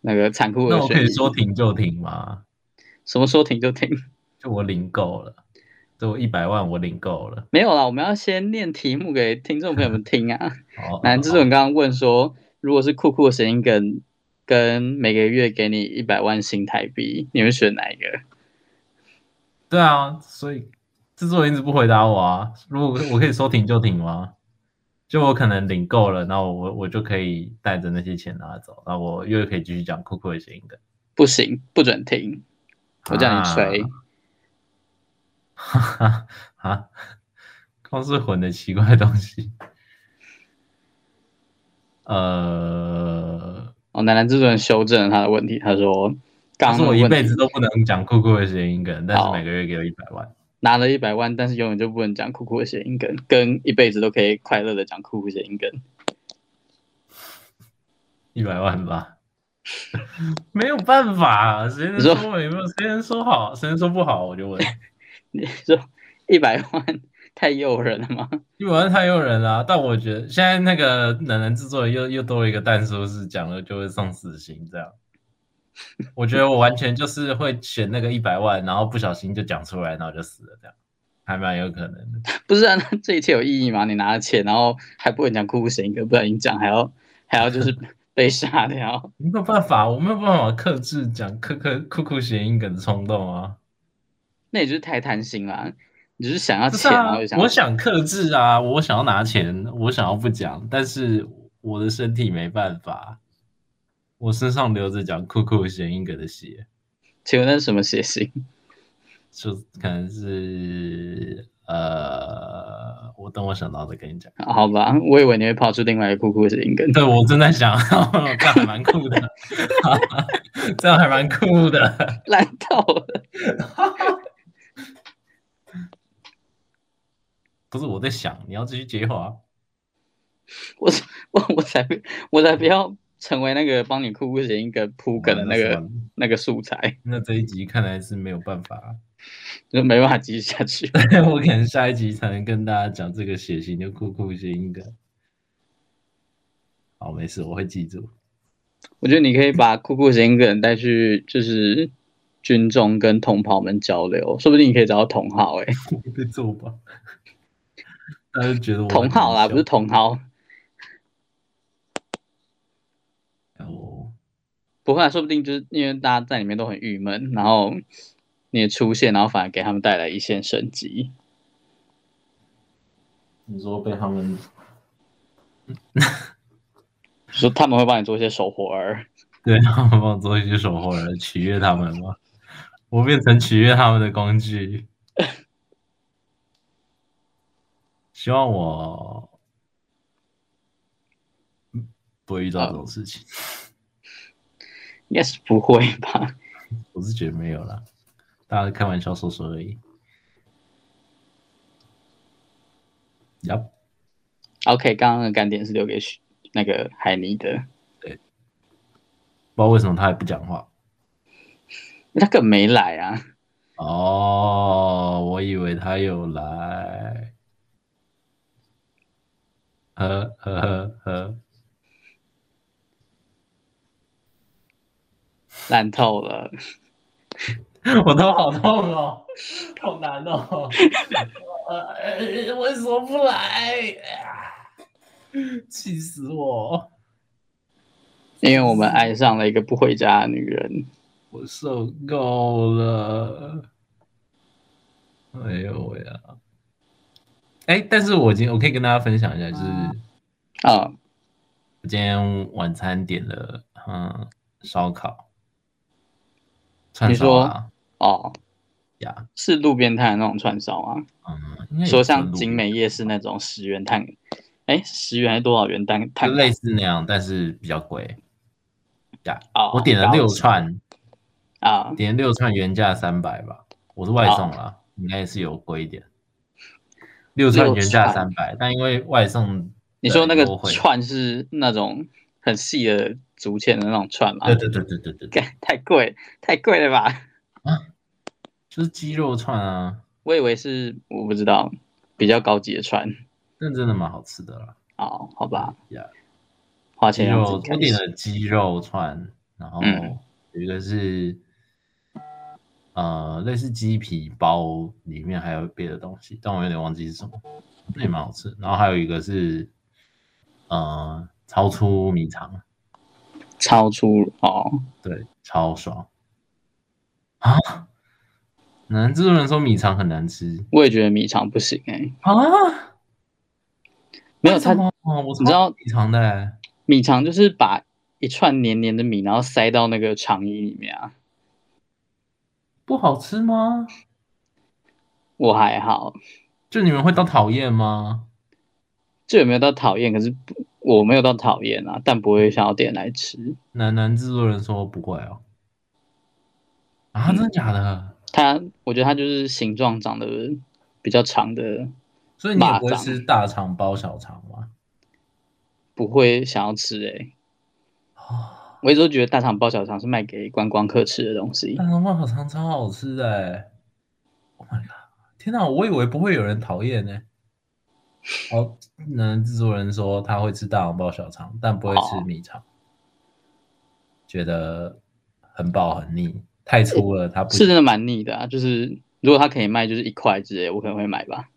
[SPEAKER 2] 那个残酷
[SPEAKER 3] 那
[SPEAKER 2] 的
[SPEAKER 3] 我可
[SPEAKER 2] 选
[SPEAKER 3] 以
[SPEAKER 2] 择，
[SPEAKER 3] 说停就停吗？
[SPEAKER 2] 什么时候停就停。
[SPEAKER 3] 就我领够了，所以我一百万我领够了。
[SPEAKER 2] 没有啦，我们要先念题目给听众朋友们听啊。
[SPEAKER 3] 好，
[SPEAKER 2] 男制作人刚刚问说，如果是酷酷的神音梗，跟每个月给你一百万新台币，你会选哪一个？
[SPEAKER 3] 对啊，所以制作人一直不回答我啊。如果我可以说停就停吗？就我可能领够了，那我我就可以带着那些钱拿走，那我又可以继续讲酷酷的谐音梗。
[SPEAKER 2] 不行，不准停，我叫你吹。
[SPEAKER 3] 啊哈哈 啊！光是混的奇怪的东西。呃，
[SPEAKER 2] 哦，男男制作人修正了他的问题，他说
[SPEAKER 3] 他
[SPEAKER 2] 刚
[SPEAKER 3] 说
[SPEAKER 2] 刚
[SPEAKER 3] 我
[SPEAKER 2] 的哦
[SPEAKER 3] 一
[SPEAKER 2] 问
[SPEAKER 3] 辈
[SPEAKER 2] 题
[SPEAKER 3] 子都不能讲酷酷的谐音梗，但是
[SPEAKER 2] 好
[SPEAKER 3] 每个月给我一百万。
[SPEAKER 2] 拿了一百万，但是永远就不能讲酷酷的谐音梗，跟一辈子都可以快乐的讲酷酷谐音梗。
[SPEAKER 3] 一百万吧， 没有办法，谁能
[SPEAKER 2] 你说
[SPEAKER 3] 说我有没有？谁能说好，谁能说不好？我就问，
[SPEAKER 2] 你说一百万太诱人了吗？
[SPEAKER 3] 一百万太诱人了、啊但我觉得现在那个冷人制作人又又多了一个蛋叔是讲了就会送死刑这样，我觉得我完全就是会选那个一百万，然后不小心就讲出来，然后就死了这样，还蛮有可能的。
[SPEAKER 2] 不是啊，那这一切有意义吗？你拿了钱，然后还不能讲酷酷谐音梗，不小心讲，还要还要就是被 杀掉。
[SPEAKER 3] 没有办法，我没有办法克制讲克克酷酷谐音梗的冲动啊！
[SPEAKER 2] 那也就是太贪心啦，你就是想要
[SPEAKER 3] 不是
[SPEAKER 2] 钱，然
[SPEAKER 3] 啊
[SPEAKER 2] 后就，
[SPEAKER 3] 我
[SPEAKER 2] 要
[SPEAKER 3] 想克制啊，我想要拿钱，我想要不讲，但是我的身体没办法，我身上流着讲酷酷谐音梗的血，
[SPEAKER 2] 请问那是什么血型？
[SPEAKER 3] 就可能是呃，我等我想到再跟你讲。
[SPEAKER 2] 好吧，我以为你会跑出另外一个酷酷的谐音梗。
[SPEAKER 3] 对，我正在想，这样还蛮酷的，这样还蛮酷的。
[SPEAKER 2] 烂透了。
[SPEAKER 3] 不是我在想，你要继续接话啊。
[SPEAKER 2] 我我我才不我才不要成为那个帮你酷酷谐音梗铺梗的
[SPEAKER 3] 那
[SPEAKER 2] 那 个
[SPEAKER 3] 算了
[SPEAKER 2] 那个素材，
[SPEAKER 3] 那这一集看来是没有办法啊、
[SPEAKER 2] 就没办法继续下去。
[SPEAKER 3] 我可能下一集才能跟大家讲这个血型的酷酷谐音梗。好，没事，我会记住。
[SPEAKER 2] 我觉得你可以把酷酷谐音梗带去，就是军中跟同袍们交流，说不定你可以找到同好哎、
[SPEAKER 3] 会做吧？ 大家就觉得我
[SPEAKER 2] 同好啦，
[SPEAKER 3] 很
[SPEAKER 2] 不是
[SPEAKER 3] 小
[SPEAKER 2] 同好，
[SPEAKER 3] 哦，
[SPEAKER 2] 不会、啊，说不定就是因为大家在里面都很郁闷，然后你的出现，然后反而给他们带来一线生机。
[SPEAKER 3] 你说被他们
[SPEAKER 2] 说他们会帮你做一些手活儿，
[SPEAKER 3] 对他们帮我做一些手活来取悦他们吗？我变成取悦他们的工具。希望我嗯不会遇到这种事情。
[SPEAKER 2] 应该是不会吧？
[SPEAKER 3] 我是觉得没有啦，大家开玩笑说说而已。呀、
[SPEAKER 2] OK，刚刚的干点是留给许那个海尼的，
[SPEAKER 3] 不知道为什么他还不讲话。
[SPEAKER 2] 他更没来啊。
[SPEAKER 3] 哦，我以为他有来。呵呵呵呵，
[SPEAKER 2] 烂透了。
[SPEAKER 3] 我头好痛哦，好难哦。呃，为什么不来？ 气死我！
[SPEAKER 2] 因为我们爱上了一个不回家的女人，
[SPEAKER 3] 我受够了。哎呦喂啊！哎，但是我今我可以跟大家分享一下，就是
[SPEAKER 2] 啊、
[SPEAKER 3] 我今天晚餐点了嗯烧烤，串
[SPEAKER 2] 你
[SPEAKER 3] 烧
[SPEAKER 2] 说
[SPEAKER 3] 啊
[SPEAKER 2] 哦，
[SPEAKER 3] 呀，
[SPEAKER 2] 是路边摊的那种串烧啊，
[SPEAKER 3] 嗯，应该也
[SPEAKER 2] 说
[SPEAKER 3] 不算
[SPEAKER 2] 像
[SPEAKER 3] 路
[SPEAKER 2] 景
[SPEAKER 3] 边
[SPEAKER 2] 美夜市那种十元摊，哎，十元还是多少元摊
[SPEAKER 3] 就
[SPEAKER 2] 摊？
[SPEAKER 3] 类似那样，但是比较贵。呀，
[SPEAKER 2] 哦
[SPEAKER 3] 我点了
[SPEAKER 2] 了
[SPEAKER 3] 六
[SPEAKER 2] 解
[SPEAKER 3] 串，
[SPEAKER 2] 啊，
[SPEAKER 3] 点了六串原价三百吧，我是外送
[SPEAKER 2] 哦
[SPEAKER 3] 啦，应该是有贵一点。六串
[SPEAKER 2] 六
[SPEAKER 3] 原价
[SPEAKER 2] 串
[SPEAKER 3] 三百，但因为外送
[SPEAKER 2] 你说那
[SPEAKER 3] 的
[SPEAKER 2] 个
[SPEAKER 3] 优惠
[SPEAKER 2] 串是那种很细的竹签的那种串吗
[SPEAKER 3] 对？对对对对对，对
[SPEAKER 2] 啊 干太贵，太贵了吧？
[SPEAKER 3] 就是鸡肉串啊，
[SPEAKER 2] 我以为是我不知道比较高级的串。
[SPEAKER 3] 那真的蛮好吃的啦。
[SPEAKER 2] 哦，好吧，
[SPEAKER 3] 呀，
[SPEAKER 2] 花
[SPEAKER 3] 鸡
[SPEAKER 2] 钱让
[SPEAKER 3] 肉
[SPEAKER 2] 自己
[SPEAKER 3] 我
[SPEAKER 2] 开
[SPEAKER 3] 点
[SPEAKER 2] 心。
[SPEAKER 3] 了鸡肉串，然后
[SPEAKER 2] 嗯
[SPEAKER 3] 有一个是呃类似鸡皮包里面还有别的东西，但我有点忘记是什么，那也蛮好吃。然后还有一个是呃超出米肠，
[SPEAKER 2] 超出哦，
[SPEAKER 3] 对，超爽啊！难制作人说米肠很难吃
[SPEAKER 2] 我也觉得米肠不行哎、
[SPEAKER 3] 啊，
[SPEAKER 2] 没有它
[SPEAKER 3] 他，我
[SPEAKER 2] 你知道
[SPEAKER 3] 超米肠的、欸，
[SPEAKER 2] 米肠就是把一串黏黏的米，然后塞到那个肠衣里面啊。
[SPEAKER 3] 不好吃吗？
[SPEAKER 2] 我还好，
[SPEAKER 3] 就你们会到讨厌吗？
[SPEAKER 2] 这有没有到讨厌？可是不我没有到讨厌啊，但不会想要点来吃。
[SPEAKER 3] 男男制作人说不会哦，啊，真的假的？
[SPEAKER 2] 嗯它，我觉得它就是形状长得比较长的，
[SPEAKER 3] 所以你也
[SPEAKER 2] 蚂
[SPEAKER 3] 不会
[SPEAKER 2] 蚱
[SPEAKER 3] 吃大肠包小肠吗？
[SPEAKER 2] 不会想要吃哎、
[SPEAKER 3] 啊，
[SPEAKER 2] 我一直都觉得大肠包小肠是卖给观光客吃的东西
[SPEAKER 3] 大，肠包小肠超好吃的、欸、！Oh my god！天哪，我以为不会有人讨厌呢。哦，那制作人说他会吃大肠包小肠，但不会
[SPEAKER 2] 哦
[SPEAKER 3] 吃米肠，觉得很饱很腻，太粗了，他不
[SPEAKER 2] 是
[SPEAKER 3] 喜
[SPEAKER 2] 真的蛮腻的啊。就是如果它可以卖就是一块之类，我可能会买吧，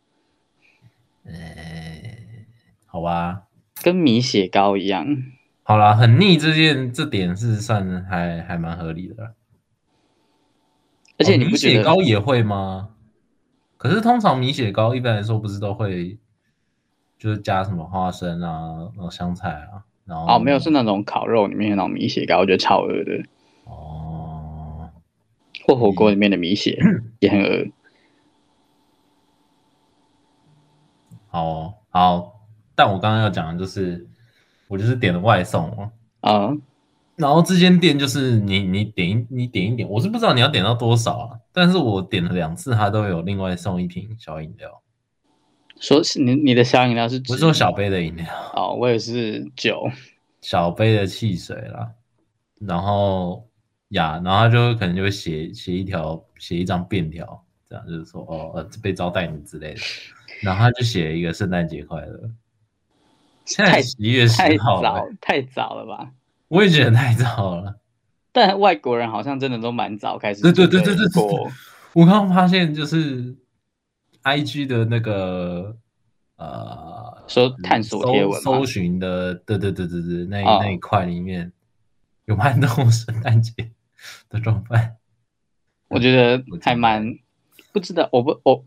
[SPEAKER 3] 哎好吧，
[SPEAKER 2] 跟米血糕一样。
[SPEAKER 3] 好啦，很腻这件这点是算还还蛮合理的啦。
[SPEAKER 2] 而且
[SPEAKER 3] 哦
[SPEAKER 2] 你
[SPEAKER 3] 米
[SPEAKER 2] 不觉
[SPEAKER 3] 血
[SPEAKER 2] 得
[SPEAKER 3] 糕也会吗？可是通常米血糕一般来说不是都会，就是加什么花生啊，然后香菜啊，然后
[SPEAKER 2] 哦，没有是那种烤肉里面的那种米血糕，我觉得超恶的，
[SPEAKER 3] 哦，
[SPEAKER 2] 或火锅里面的米血
[SPEAKER 3] 嗯
[SPEAKER 2] 也很恶。
[SPEAKER 3] 好哦好，但我刚刚要讲的就是，我就是点了外送哦，
[SPEAKER 2] 啊、
[SPEAKER 3] 然后这间店就是你你点一你点一点，我是不知道你要点到多少啊，但是我点了两次，它都有另外送一瓶小饮料，
[SPEAKER 2] 说是你你的小饮料是
[SPEAKER 3] 不
[SPEAKER 2] 指
[SPEAKER 3] 是说小杯的饮料。
[SPEAKER 2] 哦，我也是酒，
[SPEAKER 3] 小杯的汽水啦，然后呀，然后他就可能就会写写一条写一张便条，这样就是说哦呃被招待你之类的，然后他就写一个圣诞节快乐。现在
[SPEAKER 2] 太
[SPEAKER 3] 十一月十
[SPEAKER 2] 太
[SPEAKER 3] 号了、
[SPEAKER 2] 早太早了吧？
[SPEAKER 3] 我也觉得太早了。
[SPEAKER 2] 但外国人好像真的都蛮早开始
[SPEAKER 3] 对对
[SPEAKER 2] 准
[SPEAKER 3] 对对
[SPEAKER 2] 备
[SPEAKER 3] 对对
[SPEAKER 2] 过
[SPEAKER 3] 对 我刚刚发现就是 I G 的那个呃
[SPEAKER 2] 说探索
[SPEAKER 3] 搜
[SPEAKER 2] 贴文嘛
[SPEAKER 3] 搜寻的，对对对对对，那、
[SPEAKER 2] 哦
[SPEAKER 3] 那一块里面有蛮多 圣诞节的装扮。
[SPEAKER 2] 我觉得
[SPEAKER 3] 我觉
[SPEAKER 2] 还
[SPEAKER 3] 得
[SPEAKER 2] 蛮不知道，我不我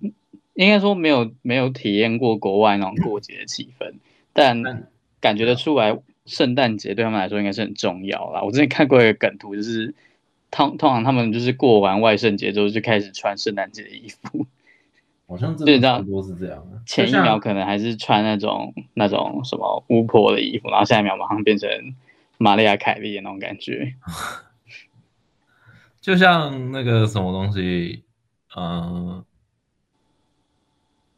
[SPEAKER 2] 应该说没有没有体验过国外那种过节的气氛，但
[SPEAKER 3] 但
[SPEAKER 2] 感觉得出来，圣诞节对他们来说应该是很重要啦。我之前看过一个梗图，就是通通常他们就是过完万圣节之后就开始穿圣诞节的衣服，
[SPEAKER 3] 好像真
[SPEAKER 2] 对
[SPEAKER 3] 的
[SPEAKER 2] 这样
[SPEAKER 3] 差不多是这样啊的。
[SPEAKER 2] 前一
[SPEAKER 3] 就像
[SPEAKER 2] 秒可能还是穿那种那种什么巫婆的衣服，然后下一秒马上变成玛丽亚凯莉的那种感觉。
[SPEAKER 3] 就像那个什么东西，嗯、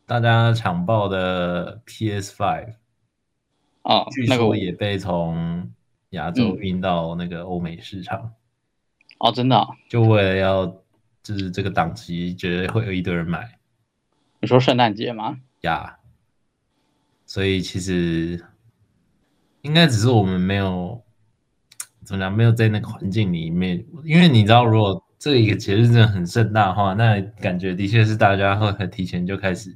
[SPEAKER 3] 大家抢爆的 PS Five，
[SPEAKER 2] 哦、
[SPEAKER 3] 据
[SPEAKER 2] 那个我嗯
[SPEAKER 3] 说也被从亚洲运到那个欧美市场，
[SPEAKER 2] 哦，真的哦、
[SPEAKER 3] 就为了要就是这个档期，觉得会有一堆人买
[SPEAKER 2] 你说圣诞节吗？
[SPEAKER 3] 呀。所以其实应该只是我们没有怎么讲，没有在那个环境里面，因为你知道，如果这一个节日真的很盛大的话，那感觉的确是大家会很提前就开始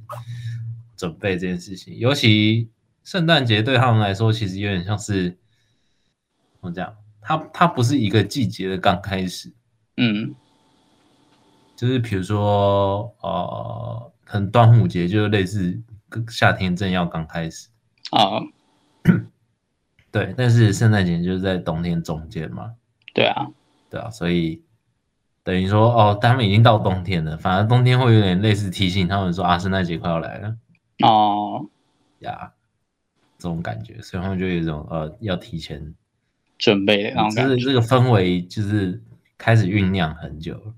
[SPEAKER 3] 准备这件事情。尤其圣诞节对他们来说，其实有点像是怎么讲，它它不是一个季节的刚开始，
[SPEAKER 2] 嗯，
[SPEAKER 3] 就是比如说呃，可能端午节就是类似夏天正要刚开始，
[SPEAKER 2] 哦、
[SPEAKER 3] 对，但是圣诞节就是在冬天中间嘛，
[SPEAKER 2] 对啊，
[SPEAKER 3] 对啊，所以等于说哦，他们已经到冬天了，反而冬天会有点类似提醒他们说啊，圣诞节快要来了
[SPEAKER 2] 哦、
[SPEAKER 3] 呀，这种感觉，所以他们就有一种呃要提前，
[SPEAKER 2] 准备的那种感
[SPEAKER 3] 就
[SPEAKER 2] 觉。
[SPEAKER 3] 是这个氛围就是开始酝酿很久了，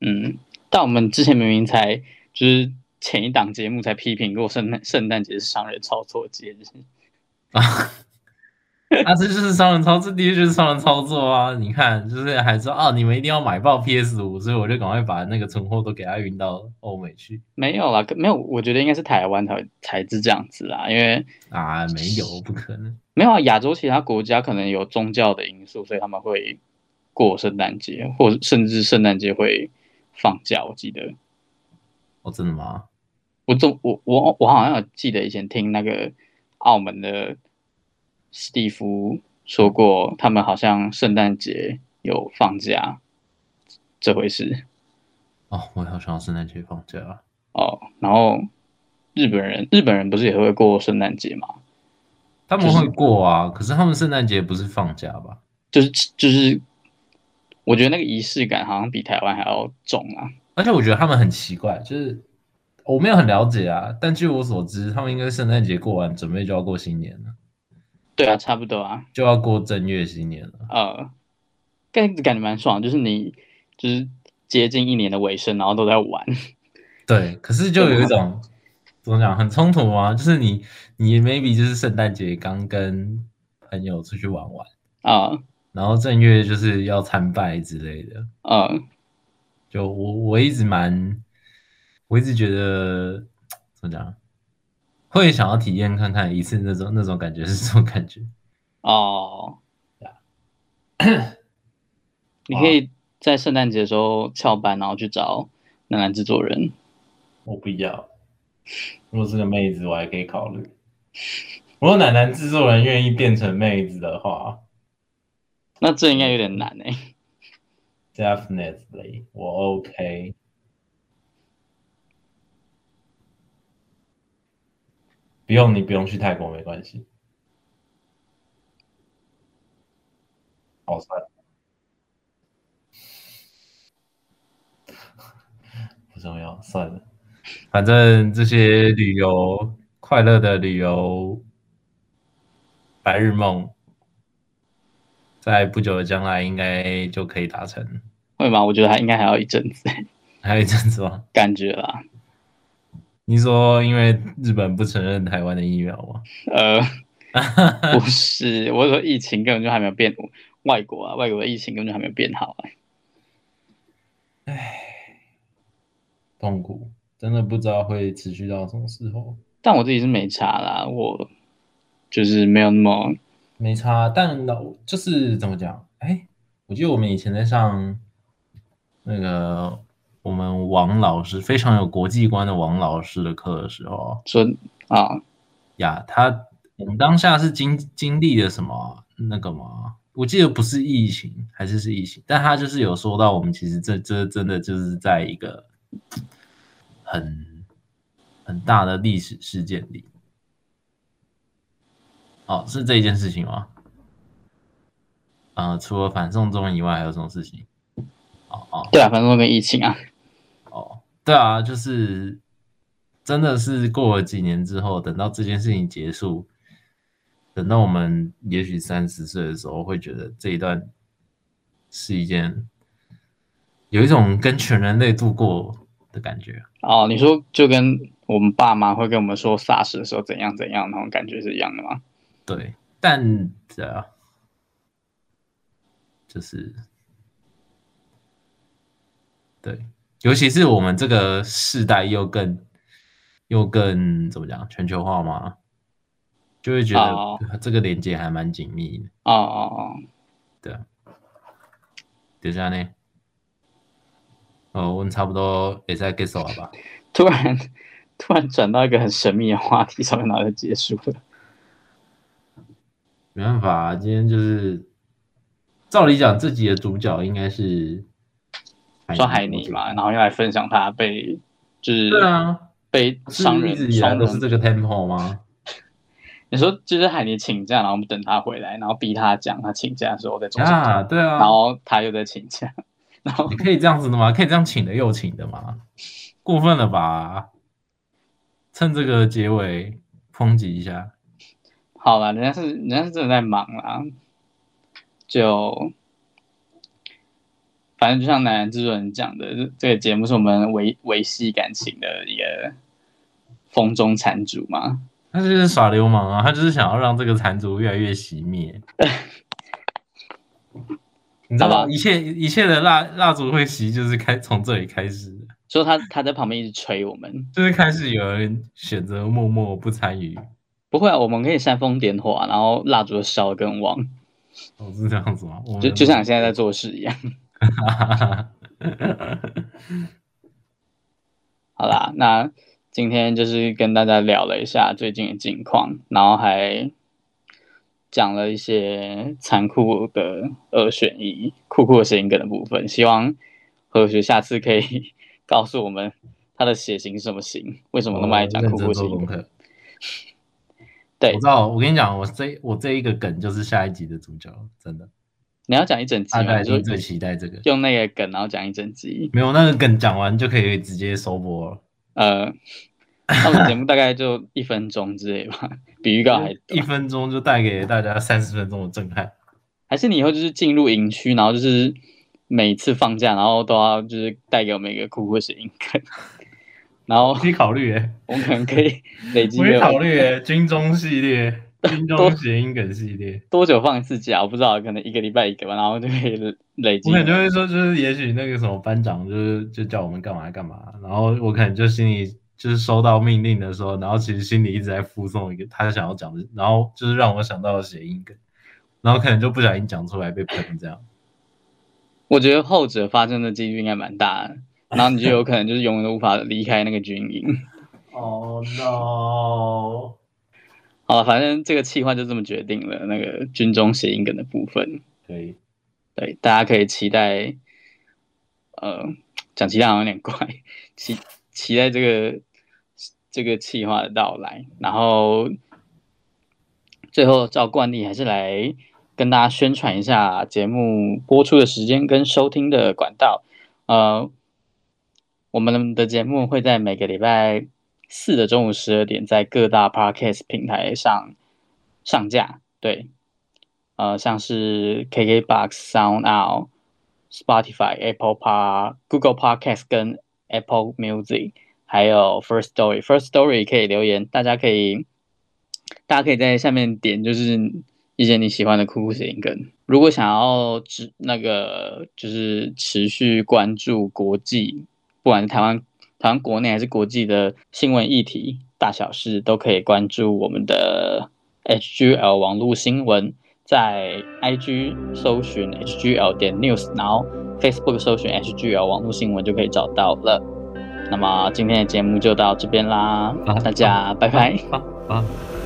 [SPEAKER 2] 嗯，但我们之前明明才就是前一档节目才批评过圣诞圣诞节是商人操作节日，
[SPEAKER 3] 啊，这就是商人操，这的确就是商人操作啊！你看，就是还说啊，你们一定要买爆 PS 五，所以我就赶快把那个存货都给它运到欧美去
[SPEAKER 2] 没有啦，没有，我觉得应该是台湾才会才是这样子啦，因为
[SPEAKER 3] 啊，没有，不可能。
[SPEAKER 2] 没有啊，亚洲其他国家可能有宗教的因素，所以他们会过圣诞节，或甚至圣诞节会放假，我记得
[SPEAKER 3] 哦，真的吗？
[SPEAKER 2] 我总我我我好像有记得以前听那个澳门的史蒂夫说过，他们好像圣诞节有放假这回事
[SPEAKER 3] 哦，我也好想要圣诞节放假。
[SPEAKER 2] 哦。然后日本人日本人不是也会过圣诞节吗？
[SPEAKER 3] 他们会过啊，可是他们圣诞节不是放假吧？
[SPEAKER 2] 就是就是，我觉得那个仪式感好像比台湾还要重啊。
[SPEAKER 3] 而且我觉得他们很奇怪，就是我没有很了解啊，但据我所知，他们应该圣诞节过完，准备就要过新年了，
[SPEAKER 2] 对啊，差不多啊。
[SPEAKER 3] 就要过正月新年了。
[SPEAKER 2] 呃，感感觉蛮爽，就是你就是接近一年的尾声，然后都在玩。
[SPEAKER 3] 嗯对，可是就有一种怎么讲，很冲突啊， 就是你你 maybe 就是圣诞节刚跟朋友出去玩玩，
[SPEAKER 2] 啊，
[SPEAKER 3] 然后正月就是要参拜之类的。
[SPEAKER 2] 嗯，
[SPEAKER 3] 就我我一直蛮，我一直觉得怎么讲，会想要体验看看一次那种那种感觉是什么感觉。
[SPEAKER 2] 哦，你可以在圣诞节的时候翘班，然后去找男男制作人。
[SPEAKER 3] 我不要。如果是个妹子，我还可以考虑。如果奶奶制作人愿意变成妹子的话
[SPEAKER 2] 那这应该有点难哎、
[SPEAKER 3] ，definitely 我 OK。不用，你不用去泰国，没关系。好帅！ 不重要，算了。反正这些旅游快乐的旅游白日梦，在不久的将来应该就可以达成。
[SPEAKER 2] 会吗？我觉得还应该还要一阵子，
[SPEAKER 3] 还有一阵子吗？
[SPEAKER 2] 感觉啦。
[SPEAKER 3] 你说因为日本不承认台湾的疫苗吗？
[SPEAKER 2] 呃，不是，我说疫情根本就还没有变，外国啊，外国的疫情根本就还没有变好啊。
[SPEAKER 3] 痛苦，真的不知道会持续到什么时候。
[SPEAKER 2] 但我自己是没查啦，我就是没有那么
[SPEAKER 3] 没差，但老就是怎么讲？哎，我记得我们以前在上那个我们王老师非常有国际观的王老师的课的时候，
[SPEAKER 2] 说啊，
[SPEAKER 3] 呀，他我们当下是经经历了什么那个吗？我记得不是疫情，还是是疫情，但他就是有说到我们其实这这真的就是在一个很很大的历史事件里。哦，是这一件事情吗？呃，除了反送中以外，还有什么事情？哦哦，
[SPEAKER 2] 对啊，反正都跟疫情啊，
[SPEAKER 3] 哦，对啊，就是真的是过了几年之后，等到这件事情结束，等到我们也许三十岁的时候，会觉得这一段是一件有一种跟全人类度过的感觉。
[SPEAKER 2] 哦，你说就跟我们爸妈会跟我们说 SARS 的时候怎样怎样那种感觉是一样的吗？
[SPEAKER 3] 对，但对啊，就是对，尤其是我们这个世代又更又更怎么讲全球化嘛，就会觉
[SPEAKER 2] 哦
[SPEAKER 3] 得这个连接还蛮紧密的。
[SPEAKER 2] 哦哦
[SPEAKER 3] 对啊，等下呢，哦，我们差不多也在 get 手了吧？
[SPEAKER 2] 哦，突然突然转到一个很神秘的话题上面，然后就结束了。
[SPEAKER 3] 没办法、啊今天就是照理讲，这集的主角应该是
[SPEAKER 2] 说海尼嘛，然后又来分享他被就是
[SPEAKER 3] 对啊，
[SPEAKER 2] 被商
[SPEAKER 3] 是
[SPEAKER 2] 人
[SPEAKER 3] 一直以来
[SPEAKER 2] 商
[SPEAKER 3] 都是
[SPEAKER 2] 人，
[SPEAKER 3] 这个 tempo 吗？
[SPEAKER 2] 你说就是海尼请假，然后我们等他回来，然后逼他讲他请假的时候在做什么，
[SPEAKER 3] 啊，对啊
[SPEAKER 2] 然，后他又在请假， 然后
[SPEAKER 3] 你可以这样子的吗？可以这样请的又请的吗？过分了吧？趁这个结尾抨击一下，
[SPEAKER 2] 好啦，人家是人家是真的在忙啦，就反正就像男人制作人讲的，这这个节目是我们维维系感情的一个风中残烛嘛。
[SPEAKER 3] 他就是耍流氓啊！他就是想要让这个缠足越来越熄灭。你知道
[SPEAKER 2] 好
[SPEAKER 3] 吗？
[SPEAKER 2] 吧
[SPEAKER 3] 一切一切的蜡蜡烛会熄，就是开从这里开始的，
[SPEAKER 2] 所以他他在旁边一直催我们，
[SPEAKER 3] 就是开始有人选择默默不参与，
[SPEAKER 2] 不会啊，我们可以煽风点火啊、然后蜡烛烧得更旺，
[SPEAKER 3] 哦，是这样子吗？我们
[SPEAKER 2] 就就像你现在在做事一样。
[SPEAKER 3] 哈哈哈，
[SPEAKER 2] 好啦，那今天就是跟大家聊了一下最近的近况，然后还讲了一些残酷的二选一、酷酷的谐音梗的部分。希望何学下次可以告诉我们他的血型是什么型，为什么那么爱讲
[SPEAKER 3] 哦认
[SPEAKER 2] 酷
[SPEAKER 3] 真
[SPEAKER 2] 酷谐
[SPEAKER 3] 做功
[SPEAKER 2] 音梗？
[SPEAKER 3] 课。
[SPEAKER 2] 对
[SPEAKER 3] 我知道，我跟你讲，我这我这一个梗就是下一集的主角，真的，
[SPEAKER 2] 你要讲一整集
[SPEAKER 3] 大
[SPEAKER 2] 吗？
[SPEAKER 3] 家一
[SPEAKER 2] 就
[SPEAKER 3] 定最期待这个。
[SPEAKER 2] 用那个梗，然后讲一整集。
[SPEAKER 3] 没有那个梗讲完就可以直接收播了，
[SPEAKER 2] 呃，那我们节目大概就一分钟之类吧，比预告还
[SPEAKER 3] 一
[SPEAKER 2] 短。
[SPEAKER 3] 分钟就带给大家三十分钟的震 撼。
[SPEAKER 2] 还是你以后就是进入营区，然后就是每次放假，然后都要就是带给我们一个酷酷的谐音梗， 然后
[SPEAKER 3] 可以考虑耶，
[SPEAKER 2] 我们可能可以累积
[SPEAKER 3] 我可以
[SPEAKER 2] 个
[SPEAKER 3] 考虑耶，军中系 列、军中谐音梗系列。
[SPEAKER 2] 多久放一次假，我不知道，可能一个礼拜一个吧，然后就可以累积
[SPEAKER 3] 我可。能就会说，就是也许那个什么班长就是就叫我们干嘛干嘛，然后我可能就心里就是收到命令的时候，然后其实心里一直在附送一个他想要讲的，然后就是让我想到了谐音梗，然后可能就不小心讲出来被喷这样。
[SPEAKER 2] 我觉得后者发生的几率应该蛮大的，然后你就有可能就是永远都无法离开那个军营。
[SPEAKER 1] 哦、oh, no！
[SPEAKER 2] 好了，反正这个计划就这么决定了，那个军中谐音梗的部分。
[SPEAKER 3] 可以，
[SPEAKER 2] 对，大家可以期待，呃，讲期待好像有点怪，期期待这个这个计划的到来。然后最后照惯例，还是来跟大家宣传一下节目播出的时间跟收听的管道。呃，我们的节目会在每个礼拜四的中午十二点，在各大 podcast 平台上上架。对，呃，像是 KKBox、Sound Out、Spotify、Apple Pod、Google Podcast 跟 Apple Music，还有 First Story。First Story 可以留言，大家可以，大家可以在下面点，就是一些你喜欢的酷酷谐音梗。如果想要持那个就是持续关注国际，不管是台湾、台湾国内还是国际的新闻议题、大小事，都可以关注我们的 HGL 网络新闻。在 IG 搜寻 HGL 点 news，然后 Facebook 搜寻 HGL 网络新闻就可以找到了。那么今天的节目就到这边啦，大家拜拜。
[SPEAKER 1] 棒棒。